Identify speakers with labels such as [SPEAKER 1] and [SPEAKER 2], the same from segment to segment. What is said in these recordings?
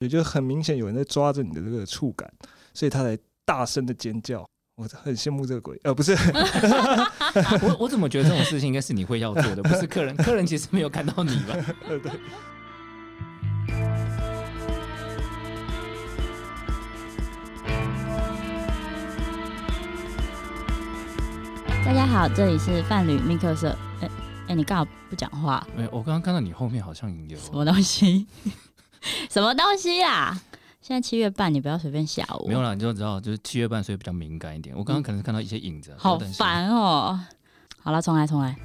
[SPEAKER 1] 也就很明显有人在抓着你的这个触感，所以他才大声的尖叫。我很羡慕这个鬼，呃，不是，
[SPEAKER 2] 我我怎么觉得这种事情应该是你会要做的，不是客人？客人其实没有看到你 吧？
[SPEAKER 1] 呃对，
[SPEAKER 3] 大家好，这里是伴侣密克社。哎、哎、你干嘛不讲话？
[SPEAKER 2] 没有，我刚刚看到你后面好像有
[SPEAKER 3] 什么东西？ 什么东西啦？现在七月半，你不要随便吓我。
[SPEAKER 2] 没有啦，你就知道，就是七月半，所以比较敏感一点。我刚刚可能是看到一些影子啊，
[SPEAKER 3] 嗯好
[SPEAKER 2] 不要担心。
[SPEAKER 3] 烦哦、好了，重来，重来。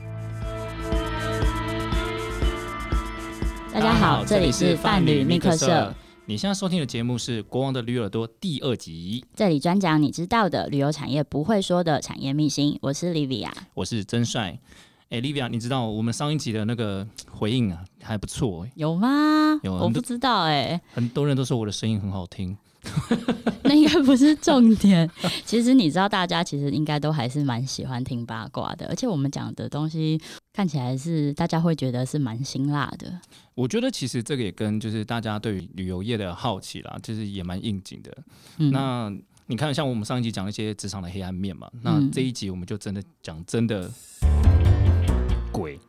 [SPEAKER 3] 大家好，这里是伴侣密克社，。
[SPEAKER 2] 你现在收听的节目是《国王的驴耳朵》第二集，
[SPEAKER 3] 这里专讲你知道的旅游产业不会说的产业秘辛。我是 Livia，
[SPEAKER 2] 我是真帅。哎、l i v i a 你知道我们上一集的那个回应啊，还不错、欸，
[SPEAKER 3] 有吗？
[SPEAKER 2] 有啊
[SPEAKER 3] 我不知道哎、
[SPEAKER 2] 很多人都说我的声音很好听。
[SPEAKER 3] 那应该不是重点。其实你知道，大家其实应该都还是蛮喜欢听八卦的，而且我们讲的东西看起来是大家会觉得是蛮辛辣的。
[SPEAKER 2] 我觉得其实这个也跟就是大家对于旅游业的好奇啦，就是也蛮应景的。
[SPEAKER 3] 嗯，
[SPEAKER 2] 那你看，像我们上一集讲了一些职场的黑暗面嘛，那
[SPEAKER 3] 嗯
[SPEAKER 2] 这一集我们就真的讲真的鬼。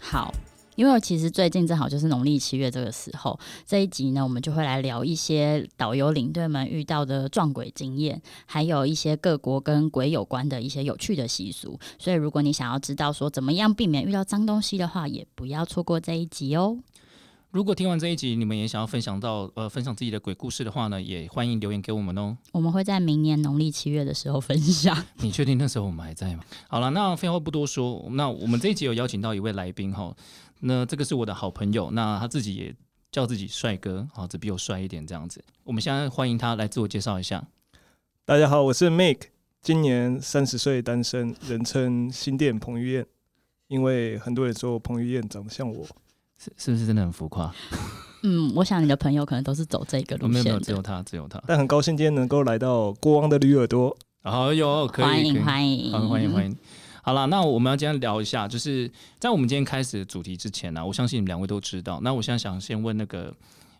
[SPEAKER 3] 好。因为其实最近正好就是农历七月这个时候，这一集呢，我们就会来聊一些导游领队们遇到的撞鬼经验，还有一些各国跟鬼有关的一些有趣的习俗。所以，如果你想要知道说怎么样避免遇到脏东西的话，也不要错过这一集哦。
[SPEAKER 2] 如果听完这一集，你们也想要分享到呃分享自己的鬼故事的话呢，也欢迎留言给我们哦。
[SPEAKER 3] 我们会在明年农历七月的时候分 享。
[SPEAKER 2] 你确定那时候我们还在吗？ 好了，那废话不多说，那我们这一集有邀请到一位来宾哈，那这个是我的好朋友，那他自己也叫自己帅哥，哦好，只比我帅一点这样子。我们现在欢迎他来自我介绍一下。
[SPEAKER 1] 大家好，我是 Make，今年三十岁，单身，人称新店彭于晏，因为很多人说彭于晏长得像我，
[SPEAKER 2] 是是不是真的很浮夸？哦
[SPEAKER 3] 嗯，我想你的朋友可能都是走这个路
[SPEAKER 2] 没有没
[SPEAKER 3] 线
[SPEAKER 2] 有，只有
[SPEAKER 3] 的。
[SPEAKER 2] 他，只有他。
[SPEAKER 1] 但很高兴今天能够来到国王的驴耳朵。
[SPEAKER 2] 好哟，哎哦可以，
[SPEAKER 3] 欢
[SPEAKER 2] 可以
[SPEAKER 3] 迎欢迎
[SPEAKER 2] 好，欢迎欢
[SPEAKER 3] 迎。
[SPEAKER 2] 迎。好了，那我们要今天聊一下，就是在我们今天开始的主题之前啊呢、我相信你们两位都知道。那我现在想先问那个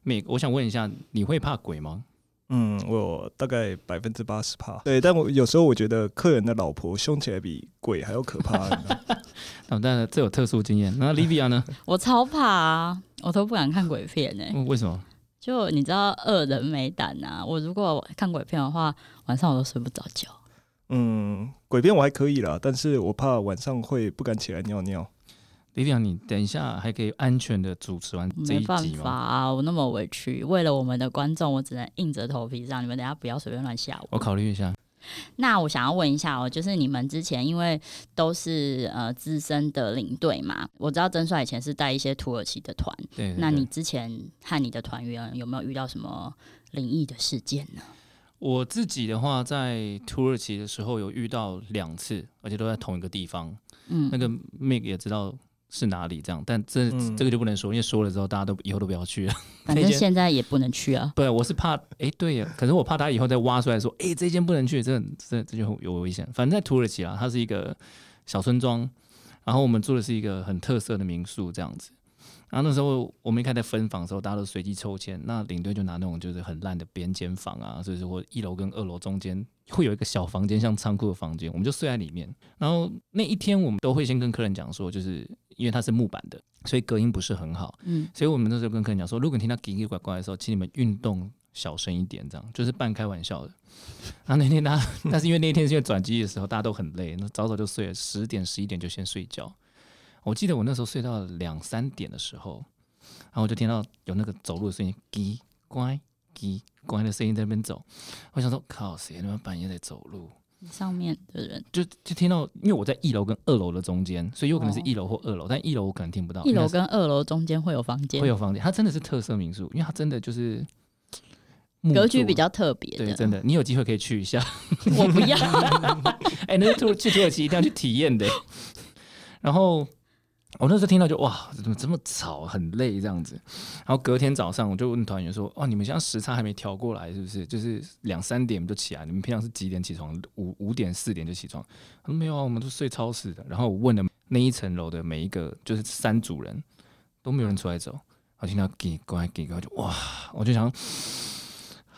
[SPEAKER 2] Meg，我想问一下，你会怕鬼吗？
[SPEAKER 1] 嗯，我大概百分之八十怕。对，但我有时候我觉得客人的老婆凶起来比鬼还要可怕。你知道吗
[SPEAKER 2] 啊，但这有特殊经验。那 Livia 呢？
[SPEAKER 3] 我超怕啊，我都不敢看鬼片呢、
[SPEAKER 2] 嗯为什么？
[SPEAKER 3] 就你知道，恶人没胆啊。我如果看鬼片的话，晚上我都睡不着觉。
[SPEAKER 1] 嗯，鬼片我还可以啦，但是我怕晚上会不敢起来尿尿。
[SPEAKER 2] Livia，你等一下还可以安全的主持完这
[SPEAKER 3] 没
[SPEAKER 2] 一
[SPEAKER 3] 办
[SPEAKER 2] 集
[SPEAKER 3] 法
[SPEAKER 2] 吗？
[SPEAKER 3] 啊，我那么委屈，为了我们的观众，我只能硬着头皮让你们等一下不要随便乱吓我。
[SPEAKER 2] 我考虑一下。
[SPEAKER 3] 那我想要问一下哦，就是你们之前因为都是呃资深的领队嘛，我知道曾帅以前是带一些土耳其的团，
[SPEAKER 2] 对对
[SPEAKER 3] 那
[SPEAKER 2] 对
[SPEAKER 3] 你之前和你的团员有没有遇到什么灵异的事件呢？
[SPEAKER 2] 我自己的话，在土耳其的时候有遇到两次，而且都在同一个地方。
[SPEAKER 3] 嗯，
[SPEAKER 2] 那个 Meg 也知道是哪里，这样，但这、
[SPEAKER 1] 嗯
[SPEAKER 2] 这个就不能说，因为说了之后大家都以后都不要去了。
[SPEAKER 3] 反
[SPEAKER 2] 那
[SPEAKER 3] 正
[SPEAKER 2] 间
[SPEAKER 3] 现在也不能去啊。
[SPEAKER 2] 对，我是怕，哎，对耶，可是我怕他以后再挖出来说，哎，这间不能去，这这这就有危险。反正在土耳其啊，它是一个小村庄，然后我们住的是一个很特色的民宿这样子。然后那时候我们一开始在分房的时候，大家都随机抽签，那领队就拿那种就是很烂的边间房啊，所以说一楼跟二楼中间会有一个小房间，像仓库的房间，我们就睡在里面。然后那一天我们都会先跟客人讲说，就是因为它是木板的，所以隔音不是很好。
[SPEAKER 3] 嗯，
[SPEAKER 2] 所以我们那时候跟客人讲说，如果你听到叽叽呱呱的时候，请你们运动小声一点，这样就是半开玩笑的。然后那天大家， 但是因为那天是因为转机的时候大家都很累，那早早就睡了，十点十一点就先睡觉。我记得我那时候睡到两三点的时候，然后我就听到有那个走路的声音，叽乖叽乖的声音在那边走。我想说，靠，谁他妈半夜在走路？
[SPEAKER 3] 上面的人，
[SPEAKER 2] 就就听到，因为我在一楼跟二楼的中间，所以有可能是
[SPEAKER 3] 哦
[SPEAKER 2] 一楼或二楼，但一楼我可能听不到。
[SPEAKER 3] 一
[SPEAKER 2] 因为
[SPEAKER 3] 楼
[SPEAKER 2] 它是
[SPEAKER 3] 跟二楼中间会有房间
[SPEAKER 2] 会，有房间，它真的是特色民宿，因为它真的就是木
[SPEAKER 3] 格局
[SPEAKER 2] 做
[SPEAKER 3] 比较特别
[SPEAKER 2] 对，
[SPEAKER 3] 的。
[SPEAKER 2] 真
[SPEAKER 3] 的，
[SPEAKER 2] 的，你有机会可以去一下。
[SPEAKER 3] 我不 要。
[SPEAKER 2] 哎、那是土去土耳其一定要去体验的。然后我那时候听到就哇，怎么这么吵，很累这样子。然后隔天早上我就问团员说：“哦，你们现在时差还没调过来是不是？就是两三点就起来，你们平常是几点起床？五五点四点就起床？”他说：“没有啊，我们都睡超市的。”然后我问了那一层楼的每一个就是三组人，都没有人出来走。我听到给乖给乖，就哇，我就想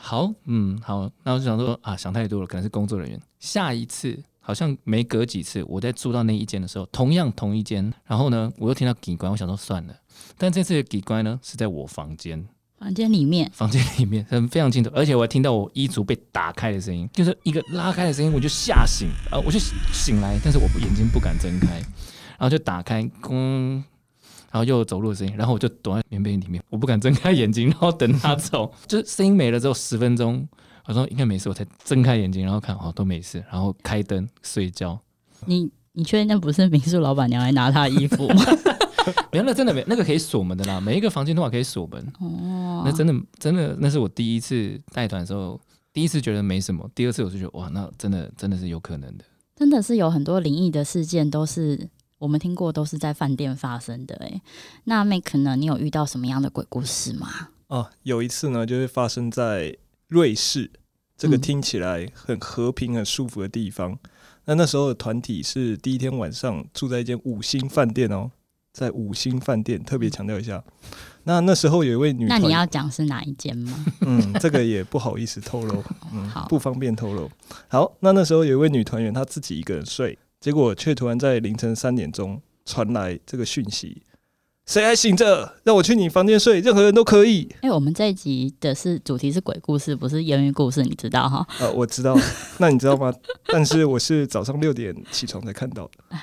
[SPEAKER 2] 好，嗯，好，那我就想说啊，想太多了，可能是工作人员。下一次好像没隔几次，我在住到那一间的时候，同样同一间，然后呢，我又听到给乖，我想说算了，但这次的给乖呢是在我房间，
[SPEAKER 3] 房间里面，
[SPEAKER 2] 房间里面很非常清楚，而且我还听到我衣橱被打开的声音，就是一个拉开的声音，我就吓醒，啊，我就醒来，但是我不眼睛不敢睁开，然后就打开，咣，然后又有走路的声音，然后我就躲在棉被里面，我不敢睁开眼睛，然后等他走，就是声音没了之后十分钟，我说应该没事，我才睁开眼睛，然后看哦都没事，然后开灯睡觉，
[SPEAKER 3] 你你确定那不是民宿老板娘来拿他的衣服 吗？
[SPEAKER 2] 没有那真的没那个可以锁门的啦，每一个房间都可以锁门，
[SPEAKER 3] 哦，
[SPEAKER 2] 那真的真的，那是我第一次带团的时候，第一次觉得没什么，第二次我就觉得哇，那真的真的是有可能的。
[SPEAKER 3] 真的是有很多灵异的事件都是。我们听过都是在饭店发生的、欸，哎，那 Make 呢？你有遇到什么样的鬼故事吗？
[SPEAKER 1] 啊，有一次呢，就是发生在瑞士这个
[SPEAKER 3] 嗯
[SPEAKER 1] 听起来很和平、很舒服的地方。那那时候的团体是第一天晚上住在一间五星饭店哦，在五星饭店特别强调一下。那那时候有一位女
[SPEAKER 3] 嗯那
[SPEAKER 1] 团，
[SPEAKER 3] 你要讲是哪一 间吗？哦
[SPEAKER 1] 嗯，这个也不好意思透 露，嗯
[SPEAKER 3] 好，
[SPEAKER 1] 不方便透露。好，那那时候有一位女团员，她自己一个人睡，结果却突然在凌晨三点钟传来这个讯息：谁还醒着？让我去你房间睡，任何人都可以。
[SPEAKER 3] 哎、我们这一集的是主题是鬼故事，不是艳遇故事，你知 道哈？
[SPEAKER 1] 呃，我知道，那你知道吗？但是我是早上六点起床才看到的，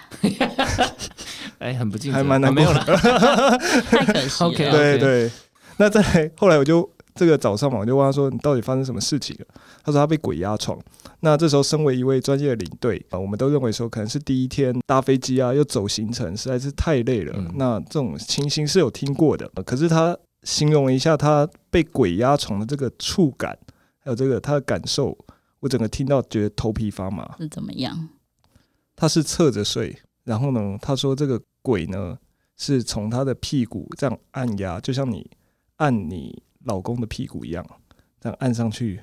[SPEAKER 2] 哎，很不敬责，
[SPEAKER 1] 还蛮难过
[SPEAKER 2] 啊没有
[SPEAKER 1] 的。
[SPEAKER 2] 啦，
[SPEAKER 3] 太可惜了。
[SPEAKER 2] OK，
[SPEAKER 1] 对对，那再来后来我就这个早上嘛，我就问他说你到底发生什么事情了？他说他被鬼压床。那这时候身为一位专业的领队啊、我们都认为说可能是第一天搭飞机啊，又走行程，实在是太累了。
[SPEAKER 2] 嗯
[SPEAKER 1] 那这种情形是有听过的，呃可是他形容了一下他被鬼压床的这个触感，还有这个他的感受，我整个听到觉得头皮发麻。
[SPEAKER 3] 是怎么样？
[SPEAKER 1] 他是侧着睡，然后呢，他说这个鬼呢是从他的屁股这样按压，就像你按你老公的屁股一样，这样按上去，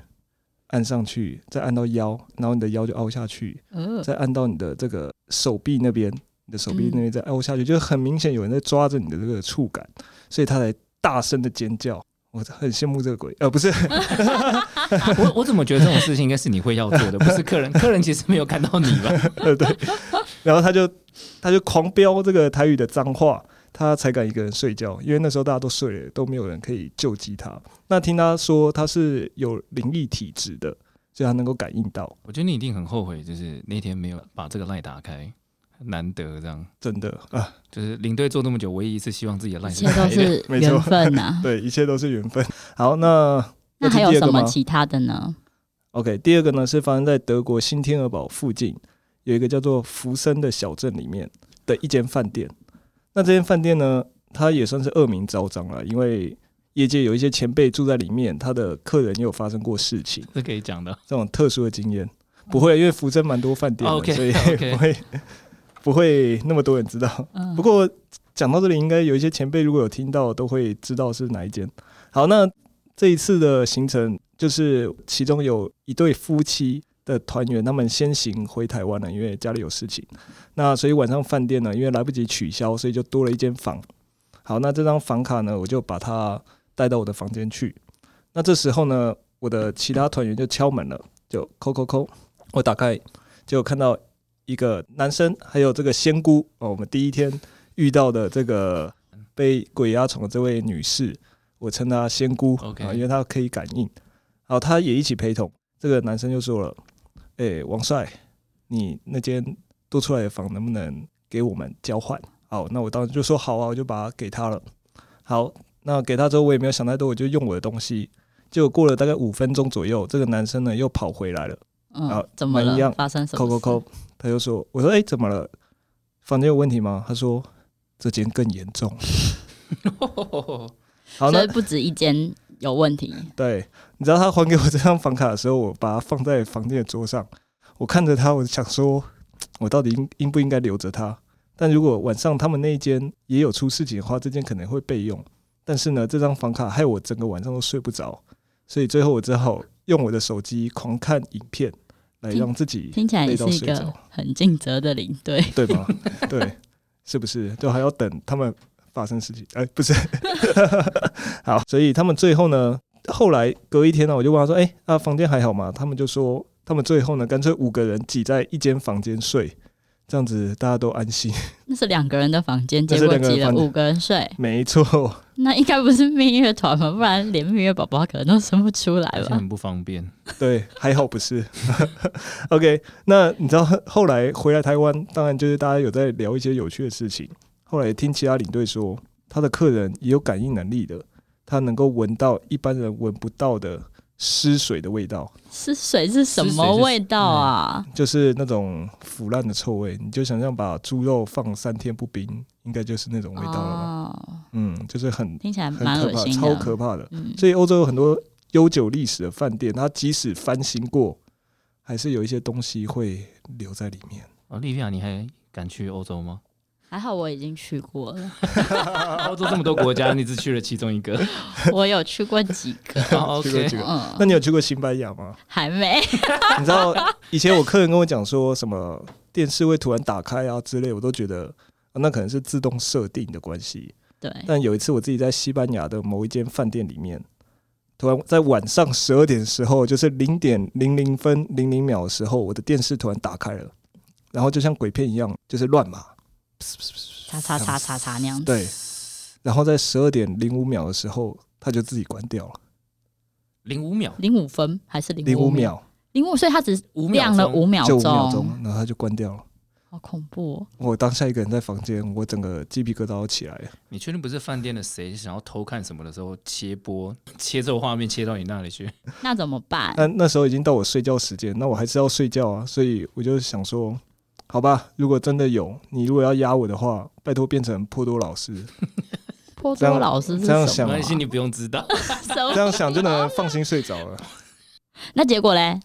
[SPEAKER 1] 按上去，再按到腰，然后你的腰就凹下去，
[SPEAKER 3] 呃，
[SPEAKER 1] 再按到你的这个手臂那边，你的手臂
[SPEAKER 3] 嗯
[SPEAKER 1] 那边再凹下去，就是很明显有人在抓着你的这个触感，所以他才大声的尖叫。我很羡慕这个鬼，呃，不是，
[SPEAKER 2] 我我怎么觉得这种事情应该是你会要做的，不是客人？客人其实没有看到你吧？
[SPEAKER 1] 呃，对， 然后他就他就狂飙这个台语的脏话，他才敢一个人睡觉，因为那时候大家都睡了，都没有人可以救济他。那听他说他是有灵异体质的，所以他能够感应到，
[SPEAKER 2] 我觉得你一定很后悔，就是那天没有把这个赖打开，难得这样。
[SPEAKER 1] 真的啊，
[SPEAKER 2] 就是领队做那么久，唯一一次希望自己的赖
[SPEAKER 3] 一
[SPEAKER 2] 是
[SPEAKER 3] 切都
[SPEAKER 2] 开的。
[SPEAKER 3] 是缘分 呐、
[SPEAKER 1] 对，一切都是缘分。好，那
[SPEAKER 3] 那
[SPEAKER 1] 要
[SPEAKER 3] 还
[SPEAKER 1] 听
[SPEAKER 3] 有
[SPEAKER 1] 第二
[SPEAKER 3] 什
[SPEAKER 1] 个
[SPEAKER 3] 么
[SPEAKER 1] 吗
[SPEAKER 3] 其他的呢？
[SPEAKER 1] OK，第二个呢是发生在德国新天鹅堡附近有一个叫做福森的小镇里面的一间饭店。那这间饭店呢，它也算是恶名昭彰了，因为业界有一些前辈住在里面，他的客人也有发生过事情，
[SPEAKER 2] 是可以讲的。
[SPEAKER 1] 这种特殊的经验不会，因为福森蛮多饭店的
[SPEAKER 2] 哦 OK，
[SPEAKER 1] 所以
[SPEAKER 2] OK
[SPEAKER 1] 不会不会那么多人知道。
[SPEAKER 3] 嗯
[SPEAKER 1] 不，过讲到这里，应该有一些前辈如果有听到，都会知道是哪一间。好，那这一次的行程就是其中有一对夫妻的团员，他们先行回台湾了，因为家里有事情。那所以晚上饭店呢，因为来不及取消，所以就多了一间房。好，那这张房卡呢，我就把它带到我的房间去。那这时候呢，我的其他团员就敲门了，就扣扣扣。我打开，就看到一个男生，还有这个仙姑哦，我们第一天遇到的这个被鬼压床的这位女士，我称她仙姑
[SPEAKER 2] OK
[SPEAKER 1] 啊，因为她可以感应。好，她也一起陪同。这个男生就说了：“哎、王帅，你那间多出来的房能不能给我们交换？”好，那我当时就说好啊，我就把它给他了。好，那给他之后，我也没有想太多，我就用我的东西。结果过了大概五分钟左右，这个男生呢又跑回来了。好
[SPEAKER 3] 嗯，怎么
[SPEAKER 1] 那一
[SPEAKER 3] 了？
[SPEAKER 1] 样
[SPEAKER 3] 发生什么
[SPEAKER 1] 扣
[SPEAKER 3] 事？
[SPEAKER 1] 扣扣，他就说：“我说，哎、怎么了？房间有问题吗？”他说：“这间更严重。”好，
[SPEAKER 3] 所
[SPEAKER 1] 那
[SPEAKER 3] 以不止一间有问 题。
[SPEAKER 1] 对，你知道他还给我这张房卡的时候，我把它放在房间的桌上，我看着它，我想说，我到底应应不应该留着它？但如果晚上他们那一间也有出事情的话，这间可能会备用。但是呢，这张房卡害我整个晚上都睡不着，所以最后我只好用我的手机狂看影片来
[SPEAKER 3] 听
[SPEAKER 1] 让自己
[SPEAKER 3] 听起来
[SPEAKER 1] 累
[SPEAKER 3] 你
[SPEAKER 1] 到
[SPEAKER 3] 是一
[SPEAKER 1] 睡
[SPEAKER 3] 个
[SPEAKER 1] 着。
[SPEAKER 3] 很尽责的领队，
[SPEAKER 1] 对吗？对，是不是？就还要等他们发生事情，哎、不是， 好，所以他们最后呢，后来隔一天呢，我就问他说，哎、啊，房间还好吗？他们就说，他们最后呢，干脆五个人挤在一间房间睡，这样子大家都安心。
[SPEAKER 3] 那是两个人的房间，
[SPEAKER 1] 那
[SPEAKER 3] 结
[SPEAKER 1] 是
[SPEAKER 3] 果
[SPEAKER 1] 两个人
[SPEAKER 3] 挤了
[SPEAKER 1] 房间
[SPEAKER 3] 五个人睡，
[SPEAKER 1] 没错，
[SPEAKER 3] 那应该不是蜜月团吧？不然连蜜月宝宝可能都生不出来
[SPEAKER 2] 而且
[SPEAKER 3] 吧？
[SPEAKER 2] 很不方便。
[SPEAKER 1] 对，还好不是。OK，那你知道后来回来台湾，当然就是大家有在聊一些有趣的事情。后来听其他领队说，他的客人也有感应能力的，他能够闻到一般人闻不到的湿水的味道，
[SPEAKER 3] 是水是什
[SPEAKER 2] 是水
[SPEAKER 3] 么
[SPEAKER 2] 是
[SPEAKER 3] 味道啊？
[SPEAKER 1] 就是那种腐烂的臭味。你就想象把猪肉放三天不冰，应该就是那种嗯味道了吧？
[SPEAKER 3] 哦，
[SPEAKER 1] 嗯，就是很
[SPEAKER 3] 听起来
[SPEAKER 1] 很
[SPEAKER 3] 蛮
[SPEAKER 1] 可
[SPEAKER 3] 恶
[SPEAKER 1] 怕，
[SPEAKER 3] 心
[SPEAKER 1] 超
[SPEAKER 3] 的。
[SPEAKER 1] 可怕的。
[SPEAKER 3] 嗯，
[SPEAKER 1] 所以欧洲有很多悠久历史的饭店，它即使翻新过，还是有一些东西会留在里面。
[SPEAKER 2] 哦，莉莉亚，你还敢去欧洲吗？
[SPEAKER 3] 还好我已经去过了，
[SPEAKER 2] 啊欧洲这么多国家，你只去了其中一 个。
[SPEAKER 3] 我有去过几个，
[SPEAKER 2] 哦
[SPEAKER 1] 去过
[SPEAKER 2] ，OK，
[SPEAKER 1] 几个 那
[SPEAKER 3] 嗯，
[SPEAKER 1] 你有去过西班牙吗？
[SPEAKER 3] 还没。
[SPEAKER 1] 你知道以前我客人跟我讲说什么电视会突然打开啊之类，我都觉得、啊那可能是自动设定的关系。
[SPEAKER 3] 对，
[SPEAKER 1] 但有一次我自己在西班牙的某一间饭店里面，突然在晚上十二点时候，就是零点零零分零零秒的时候，我的电视突然打开了，然后就像鬼片一样，就是乱码。
[SPEAKER 3] 擦擦擦擦擦那样子。
[SPEAKER 1] 对，然后在十二点零五秒的时候，它就自己关掉了，
[SPEAKER 2] 零五秒，
[SPEAKER 3] 零五分还是零
[SPEAKER 1] 零五
[SPEAKER 3] 五？
[SPEAKER 1] 秒
[SPEAKER 3] 零五，所以它只
[SPEAKER 2] 五秒
[SPEAKER 3] 亮了五秒
[SPEAKER 1] 就
[SPEAKER 3] 钟，
[SPEAKER 1] 五秒钟，然后它就关掉了。
[SPEAKER 3] 好恐怖、哦！
[SPEAKER 1] 我当下一个人在房间，我整个鸡皮疙瘩都起来了。
[SPEAKER 2] 你确定不是饭店的谁想要偷看什么的时候切播， 切这个画面切到你那里去？
[SPEAKER 3] 那怎么办？
[SPEAKER 1] 但那时候已经到我睡觉时间，那我还是要睡觉啊，所以我就想说，好吧，如果真的有你，如果要压我的话，拜托变成波多老师，
[SPEAKER 3] 波
[SPEAKER 1] 这
[SPEAKER 3] 多
[SPEAKER 1] 样
[SPEAKER 3] 老师是
[SPEAKER 1] 这样
[SPEAKER 3] 什
[SPEAKER 1] 想
[SPEAKER 2] 没
[SPEAKER 3] 么啊
[SPEAKER 1] 嘛
[SPEAKER 2] 关系，你不用知道。
[SPEAKER 3] 什么
[SPEAKER 1] 这样想就能放心睡着了。
[SPEAKER 3] 那结果嘞？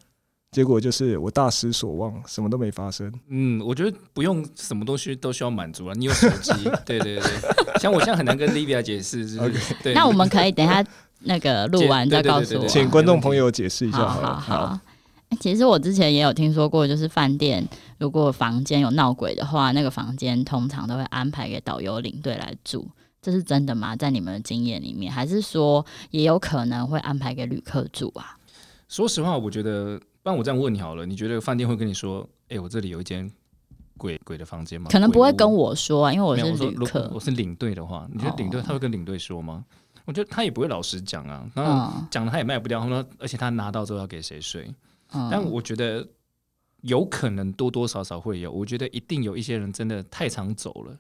[SPEAKER 1] 结果就是我大失所望，什么都没发生。
[SPEAKER 2] 嗯，我觉得不用什么东西都需要满足啊，你有手机，对对对。像我现在很难跟莉莉亚解释，就是
[SPEAKER 1] OK
[SPEAKER 2] 对。
[SPEAKER 3] 那我们可以等一下那个录完
[SPEAKER 2] 对对
[SPEAKER 3] 再
[SPEAKER 2] 对
[SPEAKER 3] 告诉
[SPEAKER 2] 对
[SPEAKER 3] 我。
[SPEAKER 2] 对
[SPEAKER 1] 请观众朋友解释一下
[SPEAKER 3] 好
[SPEAKER 1] 好了。
[SPEAKER 3] 好好。其实我之前也有听说过，就是饭店如果房间有闹鬼的话，那个房间通常都会安排给导游领队来住。这是真的吗？在你们的经验里面，还是说也有可能会安排给旅客住啊？
[SPEAKER 2] 说实话，我觉得，不然我这样问你好了，你觉得饭店会跟你说，哎、我这里有一间鬼鬼的房间吗？
[SPEAKER 3] 可能不会跟
[SPEAKER 2] 我。
[SPEAKER 3] 我说、啊，因为我
[SPEAKER 2] 啊没有，
[SPEAKER 3] 是
[SPEAKER 2] 我说
[SPEAKER 3] 旅
[SPEAKER 2] 如果
[SPEAKER 3] 客
[SPEAKER 2] 我。是领队的话，你觉得领队
[SPEAKER 3] 哦
[SPEAKER 2] 他会跟领队说吗？我觉得他也不会老实讲啊，然后
[SPEAKER 3] 嗯
[SPEAKER 2] 讲了他也卖不掉，然后而且他拿到之后要给谁睡？
[SPEAKER 3] 嗯，
[SPEAKER 2] 但我觉得有可能多多少少会有，我觉得一定有一些人真的太常走了，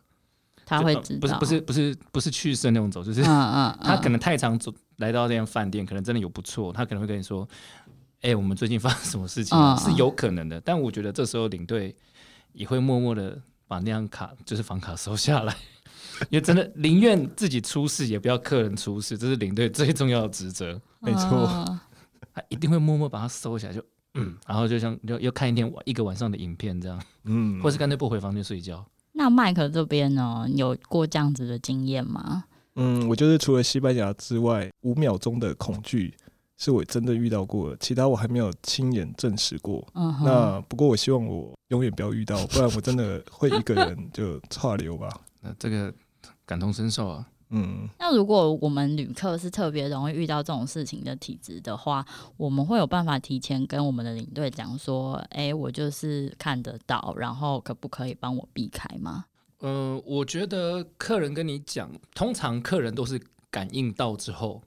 [SPEAKER 3] 他
[SPEAKER 2] 就
[SPEAKER 3] 会
[SPEAKER 2] 呃
[SPEAKER 3] 知道，
[SPEAKER 2] 不是不是不是不是去世那种走，就是
[SPEAKER 3] 嗯，嗯 嗯，
[SPEAKER 2] 他可能太常走来到这间饭店，可能真的有不错，他可能会跟你说：“哎、我们最近发生什么事情啊、
[SPEAKER 3] 嗯
[SPEAKER 2] 是有可能的。但我觉得这时候领队也会默默的把那张卡，就是房卡收下来， 因为真的宁愿自己出事，也不要客人出事，这是领队最重要的职责。
[SPEAKER 1] 没错
[SPEAKER 3] 嗯
[SPEAKER 2] 他一定会默默把它收起来，就嗯，然后就像又又看一天晚一个晚上的影片这样，
[SPEAKER 1] 嗯，
[SPEAKER 2] 或是干脆不回房间睡觉。
[SPEAKER 3] 那麦克这边呢，有过这样子的经验吗？
[SPEAKER 1] 嗯，我就是除了西班牙之外，五秒钟的恐惧是我真正遇到过的，其他我还没有亲眼证实过。
[SPEAKER 3] 嗯哼，
[SPEAKER 1] 那不过我希望我永远不要遇到，不然我真的会一个人就岔流吧。
[SPEAKER 2] 那这个感同身受啊，
[SPEAKER 1] 嗯，
[SPEAKER 3] 那如果我们旅客是特别容易遇到这种事情的体质的话，我们会有办法提前跟我们的领队讲说，哎、我就是看得到，然后可不可以帮我避开吗？
[SPEAKER 2] 呃，我觉得客人跟你讲，通常客人都是感应到之后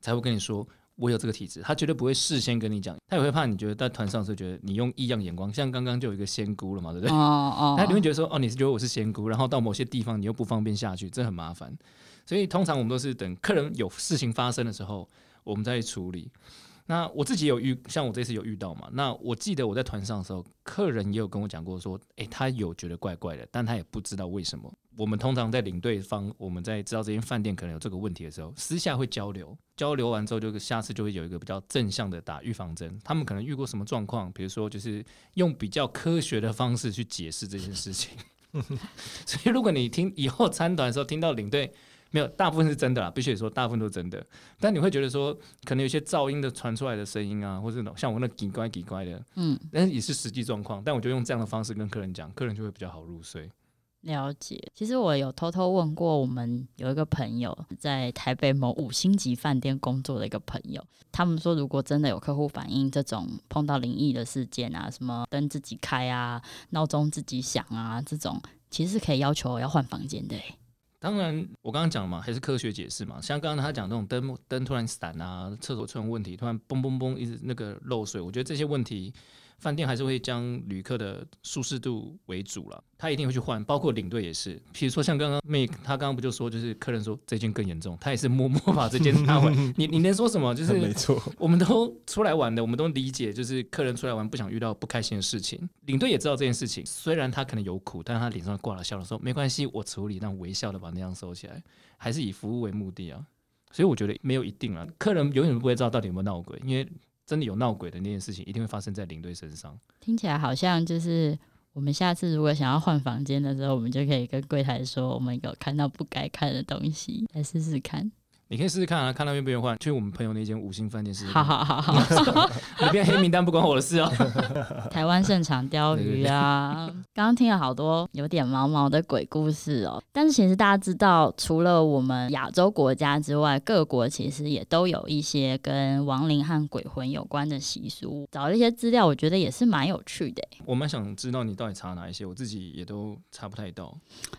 [SPEAKER 2] 才会跟你说。我有这个体质，他绝对不会事先跟你讲，他也会怕你觉得在团上是觉得你用异样眼光，像刚刚就有一个仙姑了嘛，对不
[SPEAKER 3] 哦
[SPEAKER 2] 对？
[SPEAKER 3] 哦，
[SPEAKER 2] 他你会觉得说，哦，你是觉得我是仙姑，然后到某些地方你又不方便下去，这很麻烦。所以通常我们都是等客人有事情发生的时候，我们再去处理。那我自己有遇，像我这次有遇到嘛？那我记得我在团上的时候，客人也有跟我讲过说，诶，他有觉得怪怪的，但他也不知道为什么。我们通常在领队方，我们在知道这间饭店可能有这个问题的时候，私下会交流，交流完之后就下次就会有一个比较正向的打预防针。他们可能遇过什么状况，比如说就是用比较科学的方式去解释这件事情。所以如果你听以后参团的时候听到领队没有，大部分是真的啦，必须得说大部分都是真的。但你会觉得说，可能有一些噪音的传出来的声音啊，或者那种像我那叽乖叽乖的，
[SPEAKER 3] 嗯，
[SPEAKER 2] 但是也是实际状况。但我就用这样的方式跟客人讲，客人就会比较好入睡。
[SPEAKER 3] 了解，其实我有偷偷问过我们有一个朋友在台北某五星级饭店工作的一个朋友，他们说如果真的有客户反映这种碰到灵异的事件啊，什么灯自己开啊、闹钟自己响啊这种，其实是可以要求要换房间的、欸。
[SPEAKER 2] 当然，我刚刚讲嘛，还是科学解释嘛。像刚刚他讲那种灯灯突然闪啊，厕所出现问题，突然嘣嘣嘣一直那个漏水，我觉得这些问题，饭店还是会将旅客的舒适度为主了，他一定会去换，包括领队也是。比如说像刚刚 m a k 他刚刚不就说，就是客人说这件更严重，他也是默默把这件拿回。你你能说什么？就 是
[SPEAKER 1] 没错，
[SPEAKER 2] 我们都出来玩的，我们都理解，就是客人出来玩不想遇到不开心的事情。领队也知道这件事情，虽然他可能有苦，但他脸上挂了笑容，说没关系，我处理，让微笑的把那样收起来，还是以服务为目的啊。所以我觉得没有一定啊，客人永远不会知道到底有没有闹鬼，因为真的有闹鬼的那件事情，一定会发生在领队身上。
[SPEAKER 3] 听起来好像就是我们下次如果想要换房间的时候，我们就可以跟柜台说我们有看到不该看的东西，来试试看。
[SPEAKER 2] 你可以试试看啊，看他愿不愿意换。去我们朋友那间五星饭店试试
[SPEAKER 3] 好
[SPEAKER 2] 看，
[SPEAKER 3] 好好好，
[SPEAKER 2] 里面黑名单不关我的事啊。
[SPEAKER 3] 台湾盛产鲷鱼啊！刚刚听了好多有点毛毛的鬼故事哦，但是其实大家知道，除了我们亚洲国家之外，各国其实也都有一些跟亡灵和鬼魂有关的习俗。找了一些资料，我觉得也是蛮有趣的。欸
[SPEAKER 2] 我蛮想知道你到底查哪一些，我自己也都查不太到。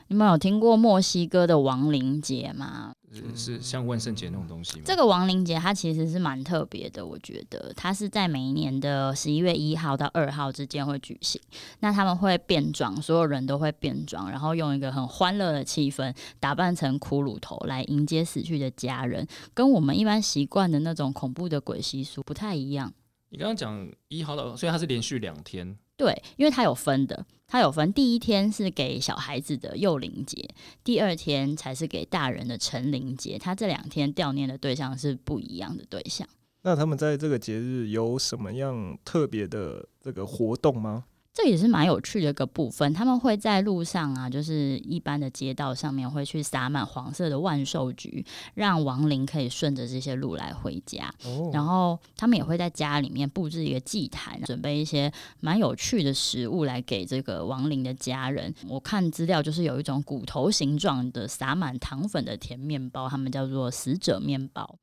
[SPEAKER 3] 你们有听过墨西哥的亡灵节吗？
[SPEAKER 2] 是是像万圣节那种东西吗？
[SPEAKER 3] 这个亡灵节它其实是蛮特别的，我觉得它是在每一年的十一月一号到二号之间会举行。那他们会变装，所有人都会变装，然后用一个很欢乐的气氛打扮成骷髅头来迎接死去的家人，跟我们一般习惯的那种恐怖的鬼习俗不太一样。
[SPEAKER 2] 你刚刚讲一号到，所以它是连续两天，
[SPEAKER 3] 对，因为它有分的，它有分。第一天是给小孩子的幼龄节，第二天才是给大人的成龄节。它这两天悼念的对象是不一样的对象。
[SPEAKER 1] 那他们在这个节日有什么样特别的这个活动吗？
[SPEAKER 3] 这也是蛮有趣的一个部分。他们会在路上啊，就是一般的街道上面会去撒满黄色的万寿菊，让亡灵可以顺着这些路来回家。
[SPEAKER 1] 哦
[SPEAKER 3] 然后他们也会在家里面布置一个祭坛，准备一些蛮有趣的食物来给这个亡灵的家人。我看资料就是有一种骨头形状的撒满糖粉的甜面包，他们叫做死者面包。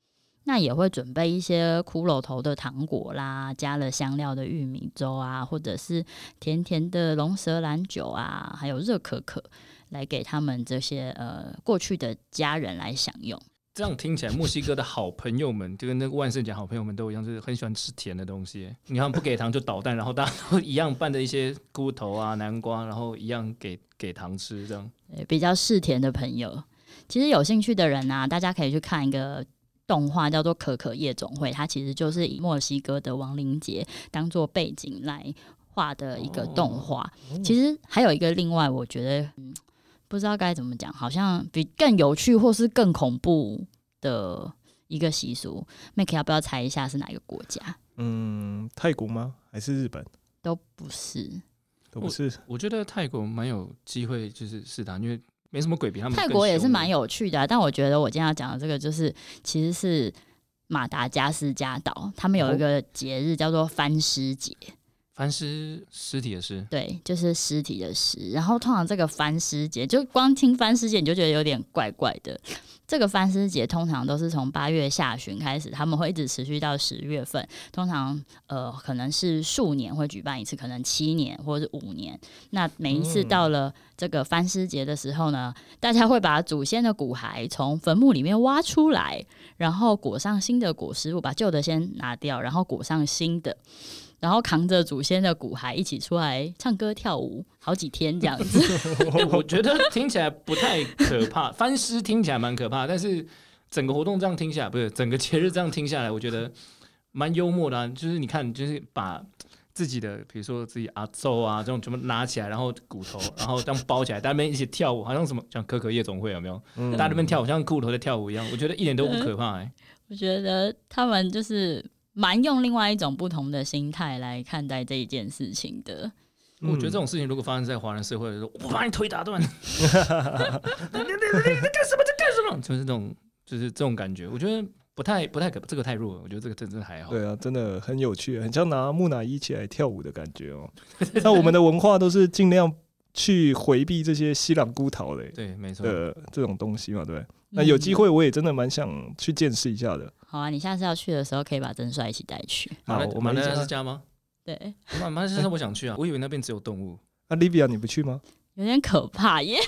[SPEAKER 3] 那也会准备一些骷髅头的糖果啦，加了香料的玉米粥啊，或者是甜甜的龙舌兰酒啊，还有热可可，来给他们这些呃过去的家人来享用。
[SPEAKER 2] 这样听起来，墨西哥的好朋友们就跟那个万圣节好朋友们都一样，就是很喜欢吃甜的东西。你看不给糖就捣蛋，然后大家都一样拌着一些菇头啊、南瓜，然后一样给给糖吃，这样
[SPEAKER 3] 对比较嗜甜的朋友。其实有兴趣的人啊，大家可以去看一个动画，叫做《可可夜总会》，它其实就是以墨西哥的亡灵节当做背景来画的一个动画。
[SPEAKER 1] 嗯
[SPEAKER 3] 其实还有一个另外，我觉得、嗯、不知道该怎么讲，好像比更有趣或是更恐怖的一个习俗。Make 要不要猜一下是哪个国家？
[SPEAKER 1] 嗯，泰国吗？还是日本？
[SPEAKER 3] 都不是。
[SPEAKER 1] 都不是。
[SPEAKER 2] 我觉得泰国蛮有机会，就是是他，因为没什么鬼比他们
[SPEAKER 3] 泰
[SPEAKER 2] 更
[SPEAKER 3] 国也是
[SPEAKER 2] 凶
[SPEAKER 3] 蛮有趣的啊、但我觉得我今天要讲的这个就是其实是马达加斯加岛，他们有
[SPEAKER 2] 哦
[SPEAKER 3] 一个节日叫做翻尸节，
[SPEAKER 2] 翻尸尸体也是。
[SPEAKER 3] 对，就是尸体的尸。然后通常这个翻尸节，就光听翻尸节你就觉得有点怪怪的。这个翻尸节通常都是从八月下旬开始，他们会一直持续到十月份。通常呃，可能是数年会举办一次，可能七年或者是五年。那每一次
[SPEAKER 1] 嗯
[SPEAKER 3] 到了这个翻尸节的时候呢，大家会把祖先的骨骸从坟墓里面挖出来，然后裹上新的裹尸布，把旧的先拿掉，然后裹上新的，然后扛着祖先的骨骸一起出来唱歌跳舞，好几天这样子。
[SPEAKER 2] 哎我觉得听起来不太可怕，翻尸听起来蛮可怕，但是整个活动这样听下来，不是整个节日这样听下来，我觉得蛮幽默的、啊。就是你看，就是把自己的，比如说自己阿奏啊这种全部拿起来，然后骨头，然后这样包起来，大家在那边一起跳舞，好像什么像可可夜总会有没有？
[SPEAKER 1] 嗯
[SPEAKER 2] 大家在那边跳舞，像骷髅头在跳舞一样，我觉得一点都不可怕、欸。
[SPEAKER 3] 我觉得他们就是蛮用另外一种不同的心态来看待这一件事情的。
[SPEAKER 1] 嗯
[SPEAKER 2] 我觉得这种事情如果发生在华人社会的时候，我把你腿打 断，你你 你在干什么？在干什么？就是这种，就是这种感觉。我觉得不太不太可，这个太弱了。我觉得这个真真还好。
[SPEAKER 1] 对啊，真的很 有趣，很像拿木乃伊起来跳舞的感觉哦。那我们的文化都是尽量去回避这些西朗孤岛嘞
[SPEAKER 2] 对，没错。
[SPEAKER 1] 的这种东西嘛，对不对？那有机
[SPEAKER 3] 嗯
[SPEAKER 1] 会我也真的蛮想去见识一下的。
[SPEAKER 3] 好啊，你下次要去的时候可以把曾帅一起带去。
[SPEAKER 2] 马
[SPEAKER 1] 好，
[SPEAKER 2] 来
[SPEAKER 1] 我
[SPEAKER 2] 马
[SPEAKER 1] 们一
[SPEAKER 2] 来
[SPEAKER 1] 起啊
[SPEAKER 2] 是。家吗？
[SPEAKER 3] 对，
[SPEAKER 2] 马马来西亚我想去啊，我以为那边只有动 物。
[SPEAKER 1] 那 Livia 你不去吗？
[SPEAKER 3] 有点可怕耶。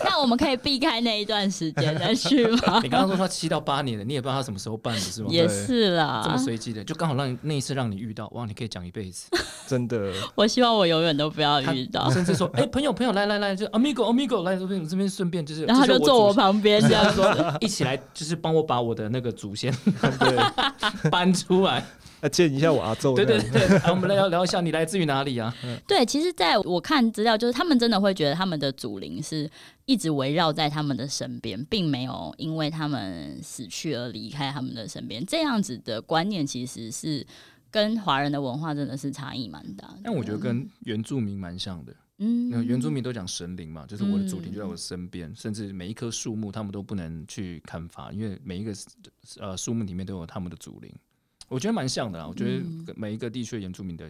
[SPEAKER 3] 那我们可以避开那一段时间再去吗
[SPEAKER 2] 你？刚刚说他七到八年了，你也不知道他什么时候办的是吗？
[SPEAKER 3] 也是啊啦
[SPEAKER 2] 这，么随机的，就刚好让你那一次让你遇到，哇，你可以讲一辈子。
[SPEAKER 1] 真的，
[SPEAKER 3] 我希望我永远都不要遇到。
[SPEAKER 2] 甚至说，哎，朋友朋友来来来，就 amigo amigo 来这边这边顺便就是，
[SPEAKER 3] 然后他
[SPEAKER 2] 这
[SPEAKER 3] 就是坐我
[SPEAKER 2] 祖先。
[SPEAKER 3] 旁边这样说，
[SPEAKER 2] 一起来，就是帮我把我的那个祖先
[SPEAKER 1] 对，
[SPEAKER 2] 搬出来。
[SPEAKER 1] 那见一下我阿宙。
[SPEAKER 2] 对对对，啊我们来聊聊一下，你来自于哪里啊？
[SPEAKER 3] 对，其实在我看资料，就是他们真的会觉得他们的祖灵是一直围绕在他们的身边，并没有因为他们死去而离开他们的身边。这样子的观念其实是跟华人的文化真的是差异蛮大的。
[SPEAKER 2] 但我觉得跟原住民蛮像的，
[SPEAKER 3] 嗯
[SPEAKER 2] 那个原住民都讲神灵嘛，就是我的祖灵就在我身边，甚至每一棵树木他们都不能去砍伐，因为每一个呃树木里面都有他们的祖灵。我觉得蛮像的啦，我觉
[SPEAKER 3] 嗯
[SPEAKER 2] 得每一个地区的原住 民的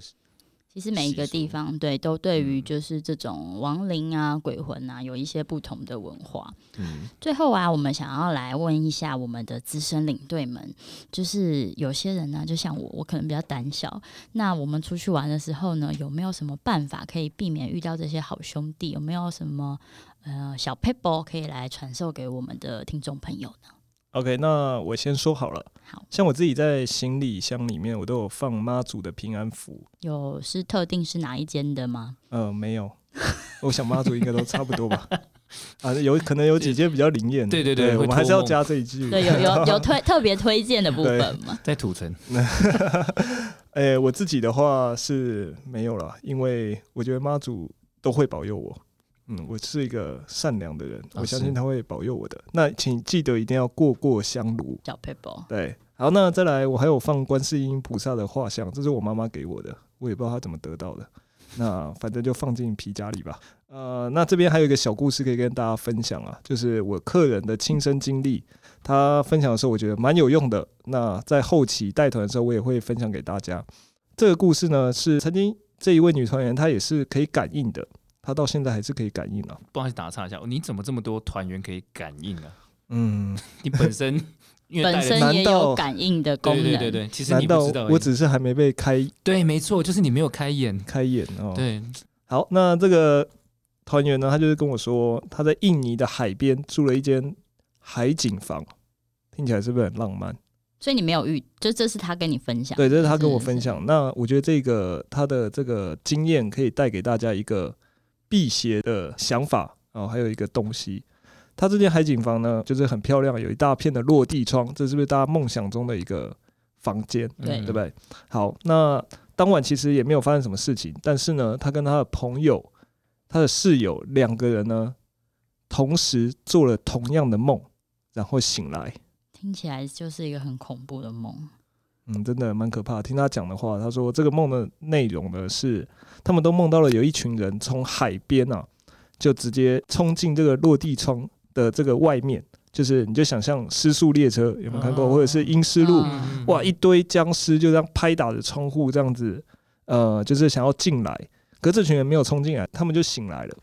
[SPEAKER 3] 其实每一个
[SPEAKER 2] 习俗
[SPEAKER 3] 地方对都对于
[SPEAKER 2] 嗯
[SPEAKER 3] 就是这种亡灵啊、鬼魂啊有一些不同的文化。
[SPEAKER 2] 嗯
[SPEAKER 3] 最后啊，我们想要来问一下我们的资深领队们，就是有些人呢、就像我，我可能比较胆小。那我们出去玩的时候呢，有没有什么办法可以避免遇到这些好兄弟？有没有什么呃小 p e b b l 可以来传授给我们的听众朋友呢？
[SPEAKER 1] OK，那我先说好了。
[SPEAKER 3] 好，
[SPEAKER 1] 像我自己在行李箱里面，我都有放妈祖的平安符。
[SPEAKER 3] 有是特定是哪一间的吗？
[SPEAKER 1] 呃，没有，我想妈祖应该都差不多 吧。啊，有可能有几间比较灵验的。
[SPEAKER 2] 对对对会
[SPEAKER 1] 我们还是要
[SPEAKER 2] 托梦
[SPEAKER 1] 加这一句。
[SPEAKER 3] 对，有有 有推特别推荐的部
[SPEAKER 1] 对
[SPEAKER 3] 分吗？
[SPEAKER 2] 在土城，
[SPEAKER 1] 诶、哎我自己的话是没有了，因为我觉得妈祖都会保佑我。嗯，我是一个善良的
[SPEAKER 3] 哦
[SPEAKER 1] 人，
[SPEAKER 2] 啊
[SPEAKER 1] 我相
[SPEAKER 2] 是
[SPEAKER 1] 信他会保佑我的。那请记得一定要过过香炉。
[SPEAKER 3] 小 p e b b l
[SPEAKER 1] 对，好，那再来，我还有放观世音菩萨的画像，这是我妈妈给我的，我也不知道她怎么得到的。那反正就放进皮夹里吧。呃，那这边还有一个小故事可以跟大家分享啊，就是我客人的亲身经历，他分享的时候我觉得蛮有用的。那在后期带团的时候，我也会分享给大家。这个故事呢，是曾经这一位女团员，她也是可以感应的，她到现在还是可以感应啊。
[SPEAKER 2] 不好意思打岔一下，你怎么这么多团员可以感应啊？
[SPEAKER 1] 嗯，
[SPEAKER 2] 你本 身因为带
[SPEAKER 3] 本
[SPEAKER 2] 了
[SPEAKER 3] 身也
[SPEAKER 1] 难道
[SPEAKER 3] 有感应的功
[SPEAKER 2] 对
[SPEAKER 3] 能。
[SPEAKER 2] 对对对，其实
[SPEAKER 1] 难
[SPEAKER 2] 你不
[SPEAKER 1] 道
[SPEAKER 2] 知道而已，
[SPEAKER 1] 我只是还没被开
[SPEAKER 2] 对，没错，就是你没有开眼。
[SPEAKER 1] 开眼哦？
[SPEAKER 2] 对，
[SPEAKER 1] 好，那这个团员呢，他就是跟我说，他在印尼的海边住了一间海景房，听起来是不是很浪漫？
[SPEAKER 3] 所以你没有遇，就这是他跟你分享。
[SPEAKER 1] 对，这是他跟我分
[SPEAKER 3] 是
[SPEAKER 1] 享。那我觉得这个他的这个经验可以带给大家一个辟邪的想法啊、哦，还有一个东西。他这间海景房呢，就是很漂亮，有一大片的落地窗，这是不是大家梦想中的一个房间？
[SPEAKER 3] 对
[SPEAKER 1] 对
[SPEAKER 2] 嗯
[SPEAKER 1] 不？对？好，那当晚其实也没有发生什么事情，但是呢，他跟他的朋友、他的室友两个人呢，同时做了同样的梦，然后醒来，
[SPEAKER 3] 听起来就是一个很恐怖的梦。
[SPEAKER 1] 嗯，真的蛮可怕的。听他讲的话，他说这个梦的内容呢是，他们都梦到了有一群人从海边啊，就直接冲进这个落地窗的这个外面，就是你就想象《失速列车》有没有看过，
[SPEAKER 2] 哦
[SPEAKER 1] 或者是《阴尸路》
[SPEAKER 3] 嗯
[SPEAKER 1] 哇，一堆僵尸就这样拍打着窗户，这样子，呃，就是想要进来，可这群人没有冲进来，他们就醒来了。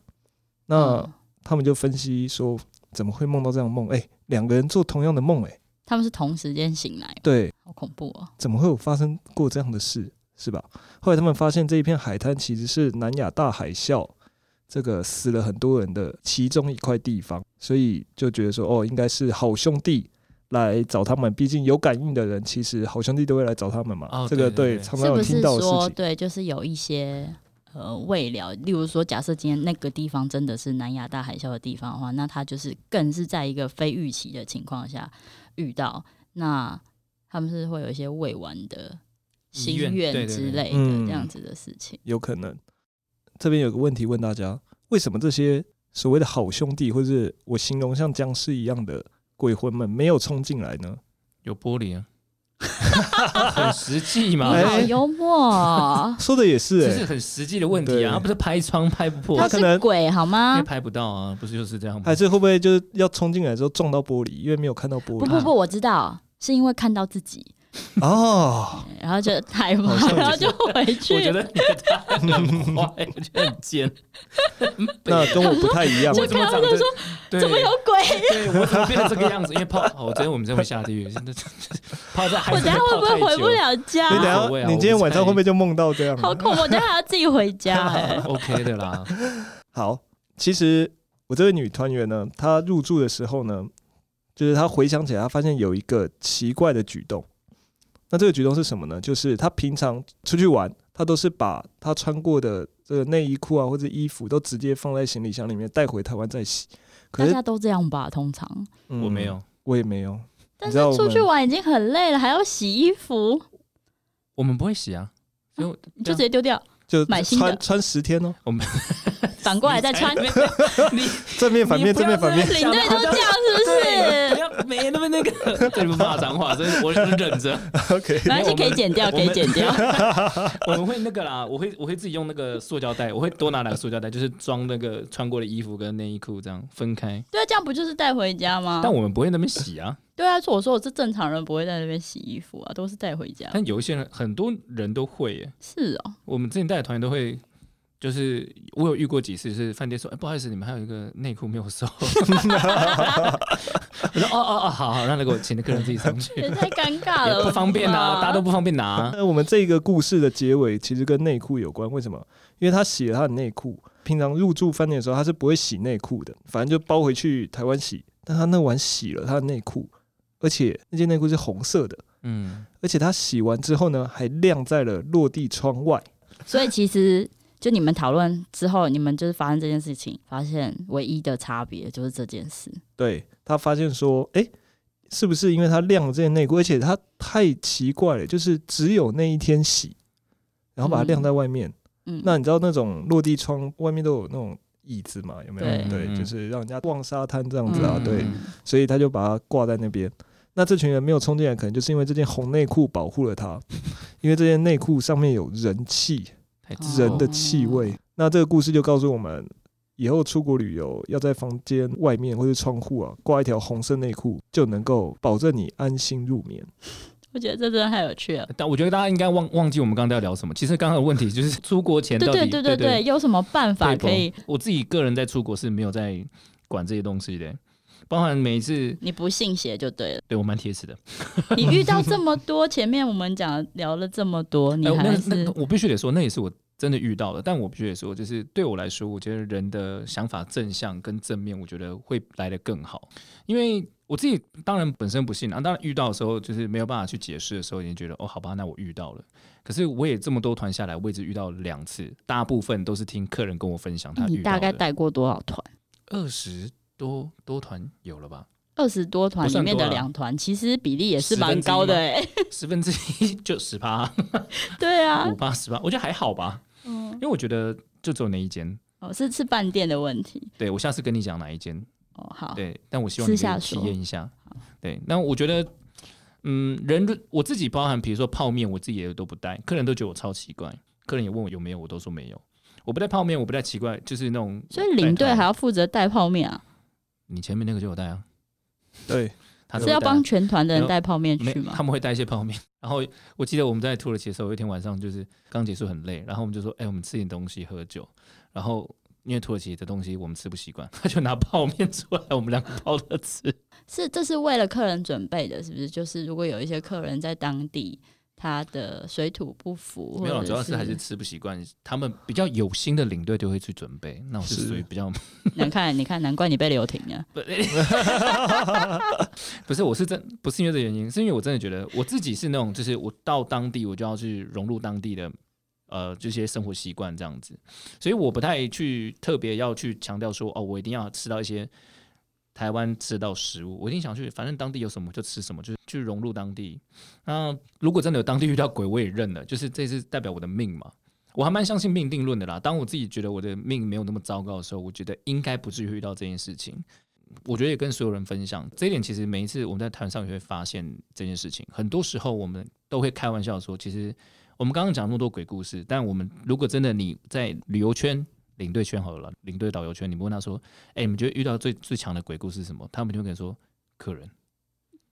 [SPEAKER 1] 那
[SPEAKER 3] 嗯
[SPEAKER 1] 他们就分析说，怎么会梦到这样的梦？哎、两个人做同样的梦，哎，
[SPEAKER 3] 他们是同时间醒来，
[SPEAKER 1] 对，
[SPEAKER 3] 好恐怖哦！
[SPEAKER 1] 怎么会有发生过这样的事，是吧？后来他们发现这一片海滩其实是南亚大海啸，这个死了很多人的其中一块地方，所以就觉得说，哦，应该是好兄弟来找他们，毕竟有感应的人，其实好兄弟都会来找他们嘛。
[SPEAKER 2] 哦
[SPEAKER 1] 这个
[SPEAKER 2] 对对对
[SPEAKER 1] 常常
[SPEAKER 3] 是
[SPEAKER 1] 有
[SPEAKER 3] 不
[SPEAKER 1] 听
[SPEAKER 3] 是
[SPEAKER 1] 到的事
[SPEAKER 3] 说
[SPEAKER 1] 情。
[SPEAKER 3] 对，就是有一些呃未了，例如说，假设今天那个地方真的是南亚大海啸的地方的话，那他就是更是在一个非预期的情况下遇到，那他们是会有一些未完的心
[SPEAKER 2] 遗愿对对对
[SPEAKER 3] 愿之类的
[SPEAKER 1] 嗯
[SPEAKER 3] 这样子的事情。
[SPEAKER 1] 有可能。这边有个问题问大家：为什么这些所谓的好兄弟，或是我形容像僵尸一样的鬼魂们，没有冲进来呢？
[SPEAKER 2] 有玻璃啊， 很实际嘛
[SPEAKER 3] 你，好
[SPEAKER 1] 哎，
[SPEAKER 3] 幽默、哦
[SPEAKER 1] 说的也是、
[SPEAKER 2] 这
[SPEAKER 1] 欸，
[SPEAKER 2] 是很实际的问题
[SPEAKER 1] 对
[SPEAKER 2] 啊，他不是拍窗拍不破
[SPEAKER 3] 他
[SPEAKER 1] 他，可能
[SPEAKER 3] 是鬼好
[SPEAKER 2] 因
[SPEAKER 3] 吗
[SPEAKER 2] 为？拍不到啊，不是就是这样吗？
[SPEAKER 1] 还哎是会不会就是要冲进来之后撞到玻璃，因为没有看到玻
[SPEAKER 3] 不
[SPEAKER 1] 璃？
[SPEAKER 3] 不不，我知道，是因为看到自己，
[SPEAKER 1] 哦，
[SPEAKER 3] 然后就太忙
[SPEAKER 2] 好，像
[SPEAKER 3] 然后就回去。
[SPEAKER 2] 我觉得你的答案很坏，我觉得很尖。
[SPEAKER 1] 那跟我不太一 样。
[SPEAKER 2] 我怎么长得对
[SPEAKER 3] 怎么有鬼？
[SPEAKER 2] 对我怎么变成这个样子？因为泡，哦我觉得我们真的会下地狱。真的泡在海
[SPEAKER 3] 我
[SPEAKER 2] 里
[SPEAKER 3] 等下
[SPEAKER 2] 面
[SPEAKER 3] 会
[SPEAKER 2] 泡
[SPEAKER 3] 不会
[SPEAKER 2] 太
[SPEAKER 3] 回
[SPEAKER 2] 久
[SPEAKER 3] 不？了家
[SPEAKER 1] 你？等
[SPEAKER 2] 无所谓
[SPEAKER 1] 下，
[SPEAKER 2] 啊。
[SPEAKER 1] 你今天晚上会不会就梦到这样？
[SPEAKER 3] 好恐怖！我等下还要自己回家哎
[SPEAKER 2] OK 的啦，
[SPEAKER 1] 好，其实我这位女团员呢，她入住的时候呢，就是她回想起来，她发现有一个奇怪的举动。那这个举动是什么呢？就是她平常出去玩，她都是把她穿过的这个内衣裤啊或者衣服都直接放在行李箱里面带回台湾再洗。可
[SPEAKER 3] 大
[SPEAKER 1] 是
[SPEAKER 3] 家都这样吧，通常。
[SPEAKER 1] 嗯
[SPEAKER 2] 我没有，
[SPEAKER 1] 我也没有。
[SPEAKER 3] 但
[SPEAKER 1] 你知
[SPEAKER 3] 是
[SPEAKER 1] 道我
[SPEAKER 3] 出
[SPEAKER 1] 们
[SPEAKER 3] 去玩已经很累了，还要洗衣服，
[SPEAKER 2] 我们不会洗啊，因为
[SPEAKER 3] 你就直接丢掉，
[SPEAKER 1] 就
[SPEAKER 3] 买新的
[SPEAKER 1] 穿穿十天哦，
[SPEAKER 3] 反过来再穿。领
[SPEAKER 2] 你
[SPEAKER 1] 正面 反面
[SPEAKER 2] 你不
[SPEAKER 1] 正
[SPEAKER 2] 要
[SPEAKER 1] 面反面
[SPEAKER 2] 这，样
[SPEAKER 3] 队都这样是
[SPEAKER 2] 对，
[SPEAKER 3] 不
[SPEAKER 2] 不
[SPEAKER 3] 是？
[SPEAKER 2] 要没那么 那个，对你们骂脏话，所以我就忍 着。
[SPEAKER 1] OK，
[SPEAKER 3] 没关系，
[SPEAKER 2] 我们
[SPEAKER 3] 可以剪掉，
[SPEAKER 2] 我
[SPEAKER 3] 可
[SPEAKER 2] 们
[SPEAKER 3] 以剪掉。
[SPEAKER 2] 我们会那个啦，我会我会自己用那个塑胶袋，我会多拿两个塑胶袋，就是装那个穿过的衣服跟内衣裤这样分开。
[SPEAKER 3] 对啊，这样不就是带回家吗？
[SPEAKER 2] 但我们不会那么洗啊。
[SPEAKER 3] 对啊，所以我说我是正常人，不会在那边洗衣服啊，都是带回家。
[SPEAKER 2] 但有一些人，很多人都会耶。
[SPEAKER 3] 是哦，
[SPEAKER 2] 我们之前带的团员都会，就是我有遇过几次，就是饭店说，哎、不好意思，你们还有一个内裤没有收。 我说，哦哦哦，好好，那那个我请那客人自己上去，
[SPEAKER 3] 也太尴尬了
[SPEAKER 2] 也
[SPEAKER 3] 吧，
[SPEAKER 2] 不方便啊，大家都不方便拿、
[SPEAKER 1] 那我们这个故事的结尾其实跟内裤有关，为什么？因为他洗了他的内裤，平常入住饭店的时候他是不会洗内裤的，反正就包回去台湾洗。但他那晚洗了他的内裤，而且那件内裤是红色的，
[SPEAKER 2] 嗯，
[SPEAKER 1] 而且他洗完之后呢，还晾在了落地窗外。
[SPEAKER 3] 所以其实就你们讨论之后，你们就是发生这件事情，发现唯一的差别就是这件事。
[SPEAKER 1] 对他发现说，诶，是不是因为他晾了这件内裤，而且他太奇怪了，就是只有那一天洗，然后把它晾在外面。
[SPEAKER 3] 嗯，
[SPEAKER 1] 那你知道那种落地窗外面都有那种椅子嘛？有没有？
[SPEAKER 3] 对
[SPEAKER 1] 对，
[SPEAKER 2] 嗯
[SPEAKER 1] 就是让人家逛沙滩这样子啊。
[SPEAKER 3] 嗯
[SPEAKER 1] 对，
[SPEAKER 3] 嗯
[SPEAKER 1] 所以他就把它挂在那边。那这群人没有冲进来，可能就是因为这件红内裤保护了他，因为这件内裤上面有人气、
[SPEAKER 2] 太
[SPEAKER 3] 哦
[SPEAKER 2] 臭
[SPEAKER 1] 人的气味。那这个故事就告诉我们，以后出国旅游要在房间外面或者窗户啊挂一条红色内裤，就能够保证你安心入眠。
[SPEAKER 3] 我觉得这真的太有趣了。
[SPEAKER 2] 但我觉得大家应该忘忘记我们刚刚在聊什么。其实刚刚的问 题就是出国前
[SPEAKER 3] 对
[SPEAKER 2] 到底
[SPEAKER 3] 对对对对，有什么办法
[SPEAKER 2] 对不
[SPEAKER 3] 可以？
[SPEAKER 2] 我自己个人在出国是没有在管这些东西的，包含每一次
[SPEAKER 3] 你不信邪就对了。
[SPEAKER 2] 对我蛮铁齿的。
[SPEAKER 3] 你遇到这么多，前面我们讲聊了这么多，你
[SPEAKER 2] 哎
[SPEAKER 3] 还
[SPEAKER 2] 那
[SPEAKER 3] 是
[SPEAKER 2] 那我必须得说，那也是我真的遇到的。但我必须得说，就是对我来说，我觉得人的想法正向跟正面，我觉得会来得更好。因为我自己当然本身不信啊，当然遇到的时候就是没有办法去解释的时候，已经觉得哦，好吧，那我遇到了。可是我也这么多团下来，我也只遇到了两次，大部分都是听客人跟我分享他
[SPEAKER 3] 你
[SPEAKER 2] 遇到
[SPEAKER 3] 大
[SPEAKER 2] 的。
[SPEAKER 3] 概带过多少团？
[SPEAKER 2] 二十多多团有了吧？
[SPEAKER 3] 二十多团
[SPEAKER 2] 不
[SPEAKER 3] 里
[SPEAKER 2] 算多啊
[SPEAKER 3] 面的两团，其实比例也是蛮高的哎、
[SPEAKER 2] 十分之一就十趴，
[SPEAKER 3] 对啊
[SPEAKER 2] 五，趴十趴，我觉得还好吧，
[SPEAKER 3] 嗯
[SPEAKER 2] 因，为我觉得就只有那一间。
[SPEAKER 3] 哦，是是饭店的问题
[SPEAKER 2] 对我下次跟你讲哪一间，
[SPEAKER 3] 哦。好，
[SPEAKER 2] 对，但我希望你
[SPEAKER 3] 私下
[SPEAKER 2] 可以体
[SPEAKER 3] 说
[SPEAKER 2] 验一下。对，那我觉得，嗯，人我自己包含，比如说泡面，我自己也都不带，客人都觉得我超奇怪，客人也问我有没有，我都说没有。我不带泡面，我不带奇怪，就是那种。
[SPEAKER 3] 所以领队
[SPEAKER 2] 带
[SPEAKER 3] 还
[SPEAKER 2] 团
[SPEAKER 3] 要负责带泡面啊，
[SPEAKER 2] 你前面那个就有带啊，
[SPEAKER 1] 对，
[SPEAKER 2] 他都
[SPEAKER 3] 是要
[SPEAKER 2] 会带啊
[SPEAKER 3] 帮全团的人
[SPEAKER 2] 没有
[SPEAKER 3] 带泡面
[SPEAKER 2] 没
[SPEAKER 3] 去，吗
[SPEAKER 2] 他？们会带一些泡面。然后我记得我们在土耳其的时候，有一天晚上就是刚结束很累，然后我们就说，哎、我们吃点东西喝酒。然后因为土耳其的东西我们吃不习惯，他就拿泡面出来，我们两个泡着吃。
[SPEAKER 3] 是，这是为了客人准备的，是不是？就是如果有一些客人在当地他的水土不服，
[SPEAKER 2] 没有啦，
[SPEAKER 3] 或者
[SPEAKER 2] 主要是还是吃不习惯。他们比较有心的领队就会去准备，那我是
[SPEAKER 1] 是
[SPEAKER 2] 属于比较
[SPEAKER 3] 难看，你看，难怪你被留停啊。
[SPEAKER 2] 不 不是，我是真不是因为这个原因，是因为我真的觉得我自己是那种，就是我到当地我就要去融入当地的呃这些生活习惯这样子，所以我不太去特别要去强调说哦，我一定要吃到一些台湾吃到食物，我一定想去，反正当地有什么就吃什么，就是去融入当地。那如果真的有当地遇到鬼，我也认了，就是这是代表我的命嘛。我还蛮相信命定论的啦。当我自己觉得我的命没有那么糟糕的时候，我觉得应该不至于遇到这件事情。我觉得也跟所有人分享这一点。其实每一次我们在台上也会发现这件事情，很多时候我们都会开玩笑说，其实我们刚刚讲那么多鬼故事，但我们如果真的你在旅游圈、领队圈好了啦，领队导游圈，你问他说：“哎、你们觉得遇到最最强的鬼故事是什么？”他们就会跟你说：“客人。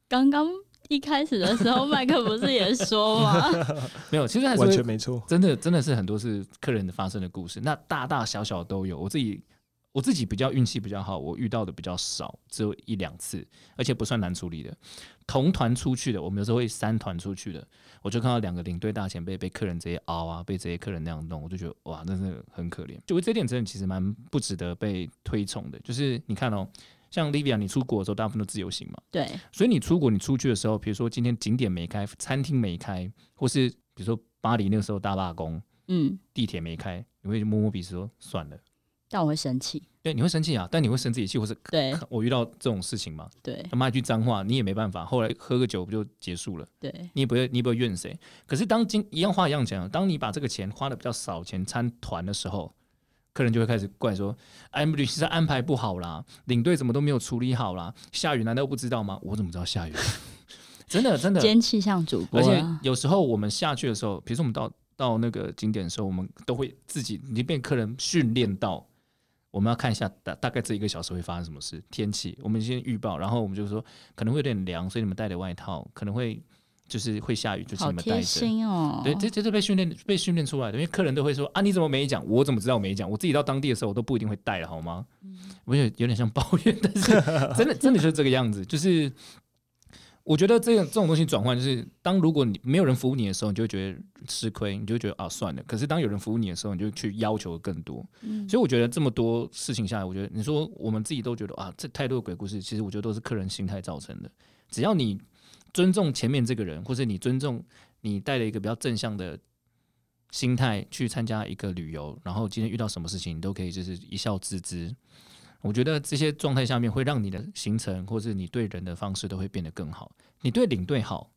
[SPEAKER 3] 刚刚一开始的时候，麦克不是也说吗？
[SPEAKER 2] 没有，其实还是
[SPEAKER 1] 完
[SPEAKER 2] 会
[SPEAKER 1] 全没错。
[SPEAKER 2] 真的真的是很多是客人发生的故事，那大大小小都有。我自己我自己比较运气比较好，我遇到的比较少，只有一两次，而且不算难处理的。同团出去的，我们有时候会三团出去的，我就看到两个领队大前辈被客人直接凹啊，被这些客人那样弄，我就觉得哇，真是很可怜。就我这点真的其实蛮不值得被推崇的，就是你看哦。像 Livia，你出国的时候大部分都自由行嘛，
[SPEAKER 3] 对，
[SPEAKER 2] 所以你出国，你出去的时候，比如说今天景点没开，餐厅没开，或是比如说巴黎那个时候大罢工，
[SPEAKER 3] 嗯，
[SPEAKER 2] 地铁没开，你会摸摸鼻子说算了。
[SPEAKER 3] 但我会生气。
[SPEAKER 2] 对，你会生气啊，但你会生自己气，或是
[SPEAKER 3] 对
[SPEAKER 2] 我遇到这种事情嘛，
[SPEAKER 3] 对
[SPEAKER 2] 他妈一句脏话，你也没办法。后来喝个酒不就结束了？
[SPEAKER 3] 对，
[SPEAKER 2] 你也不会，你也不会怨谁。可是当今一样花一样钱啊，当你把这个钱花的比较少钱参团的时候，客人就会开始怪说：“哎，旅行社安排不好啦，领队怎么都没有处理好啦，下雨难道不知道吗？我怎么知道下雨？ 真的，真的，
[SPEAKER 3] 尖气象主播
[SPEAKER 2] 啊而且
[SPEAKER 3] 啊，
[SPEAKER 2] 有时候我们下去的时候，比如说我们到到那个景点的时候，我们都会自己已经被客人训练到，我们要看一下大大概这一个小时会发生什么事，天气，我们先预报，然后我们就说可能会有点凉，所以你们带点外套，可能会就是会下雨，就请
[SPEAKER 3] 好
[SPEAKER 2] 你们带
[SPEAKER 3] 贴
[SPEAKER 2] 着。
[SPEAKER 3] 心哦。
[SPEAKER 2] 对，这这是被训练被训练出来的，因为客人都会说啊，你怎么没讲？我怎么知道没讲？我自己到当地的时候，我都不一定会带了，好吗？我有有点像抱怨， 但是真的真的就是这个样子，就是我觉得这个这种东西转换，就是当如果你没有人服务你的时候，你就会觉得吃亏，你就会觉得啊算了。可是当有人服务你的时候，你就去要求更多。
[SPEAKER 3] 嗯
[SPEAKER 2] 所以我觉得这么多事情下来，我觉得你说我们自己都觉得啊，这太多的鬼故事，其实我觉得都是客人心态造成的。只要你尊重前面这个人，或是你尊重你带了一个比较正向的心态去参加一个旅游，然后今天遇到什么事情，你都可以就是一笑置之。我觉得这些状态下面会让你的行程或是你对人的方式都会变得更好。你对领队好，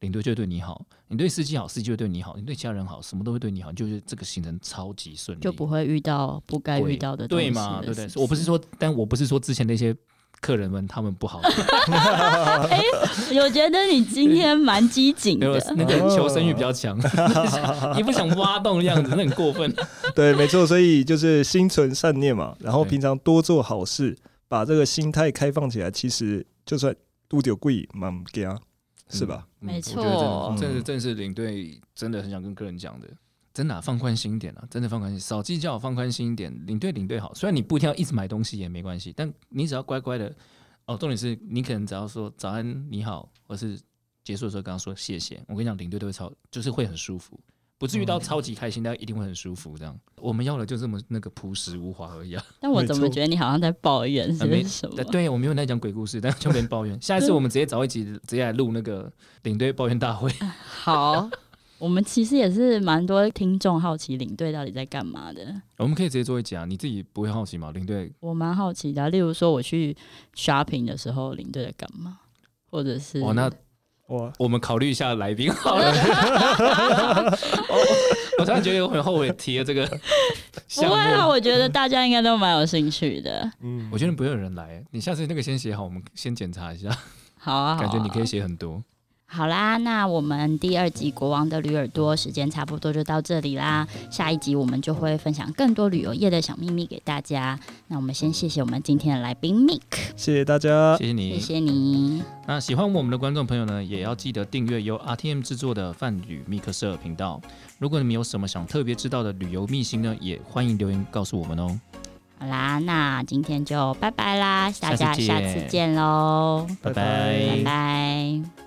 [SPEAKER 2] 领队就会对你好；你对司机好，司机就会对你好；你对家人好，什么都会对你好，你就是这个行程超级顺利，
[SPEAKER 3] 就不会遇到不该
[SPEAKER 2] 对
[SPEAKER 3] 遇到的东西
[SPEAKER 2] 对
[SPEAKER 3] 了
[SPEAKER 2] 嘛？对不对？
[SPEAKER 3] 是
[SPEAKER 2] 我不是说，但我不是说之前那些客人们他们 不好，
[SPEAKER 3] 啊是哎我觉得你今天蛮机警
[SPEAKER 2] 没有
[SPEAKER 3] 的，
[SPEAKER 2] 那个求生欲比较 强， 也不想挖洞的样子，那很过分。
[SPEAKER 1] 对，没错，所以就是心存善念嘛，然后
[SPEAKER 2] 对
[SPEAKER 1] 平常多做好事，把这个心态开放起来，其实就算都丢贵蛮给啊，是吧？
[SPEAKER 2] 嗯？
[SPEAKER 3] 没
[SPEAKER 2] 我觉得
[SPEAKER 1] 错
[SPEAKER 2] 真的，正是领队真的很想跟客人讲的，真的啊、放宽心一点啊，真的放宽心，少计较，放宽心一点。领队领队好，虽然你不一定要一直买东西也没关系，但你只要乖乖的。哦，重点是你可能只要说早安你好，或是结束的时候跟他说谢谢，我跟你讲，领队都会超，就是会很舒服。不至于到超级开心，但一定会很舒服。这 样，我们要的就这么那个朴实无华而已啊。
[SPEAKER 3] 但我
[SPEAKER 1] 没
[SPEAKER 3] 怎么
[SPEAKER 1] 错
[SPEAKER 3] 觉得你好像在抱怨
[SPEAKER 2] 啊没
[SPEAKER 3] 是什么
[SPEAKER 2] 对？对，我们有在讲鬼故事，但就没人抱怨。下一次我们直接找一集，直接来录那个领队抱怨大会。
[SPEAKER 3] 好，啊我们其实也是蛮多听众好奇领队到底在干嘛的。
[SPEAKER 2] 我们可以直接做一集啊，你自己不会好奇吗？领队
[SPEAKER 3] 我蛮好奇的啊、例如说我去 shopping 的时候，领队在干嘛，或者是
[SPEAKER 2] 哦， 那呃
[SPEAKER 1] 哇，
[SPEAKER 2] 我们考虑一下来宾好了。我我突然觉得我很后悔提了这 个
[SPEAKER 3] 不
[SPEAKER 2] 项
[SPEAKER 3] 会啊，
[SPEAKER 2] 目。
[SPEAKER 3] 我觉得大家应该都蛮有兴趣的。
[SPEAKER 1] 嗯
[SPEAKER 2] 我觉得不会有人来，你下次那个先写好，我们先检查一下，
[SPEAKER 3] 好啊，好啊
[SPEAKER 2] 感觉你可以写很多。
[SPEAKER 3] 好啦，那我们第二集《国王的驴耳朵》时间差不多就到这里啦。下一集我们就会分享更多旅游业的小秘密给大家。那我们先谢谢我们今天的来宾 Mick，
[SPEAKER 1] 谢谢大家，
[SPEAKER 2] 谢谢你，
[SPEAKER 3] 谢谢你。
[SPEAKER 2] 那喜欢我们的观众朋友呢，也要记得订阅由 RTM 制作的泛旅密克社频道。如果你们有什么想特别知道的旅游秘辛呢，也欢迎留言告诉我们哦。
[SPEAKER 3] 好啦，那今天就拜拜啦，大家
[SPEAKER 2] 下次见
[SPEAKER 3] 下次见喽，
[SPEAKER 2] 拜
[SPEAKER 1] 拜拜
[SPEAKER 3] 拜拜。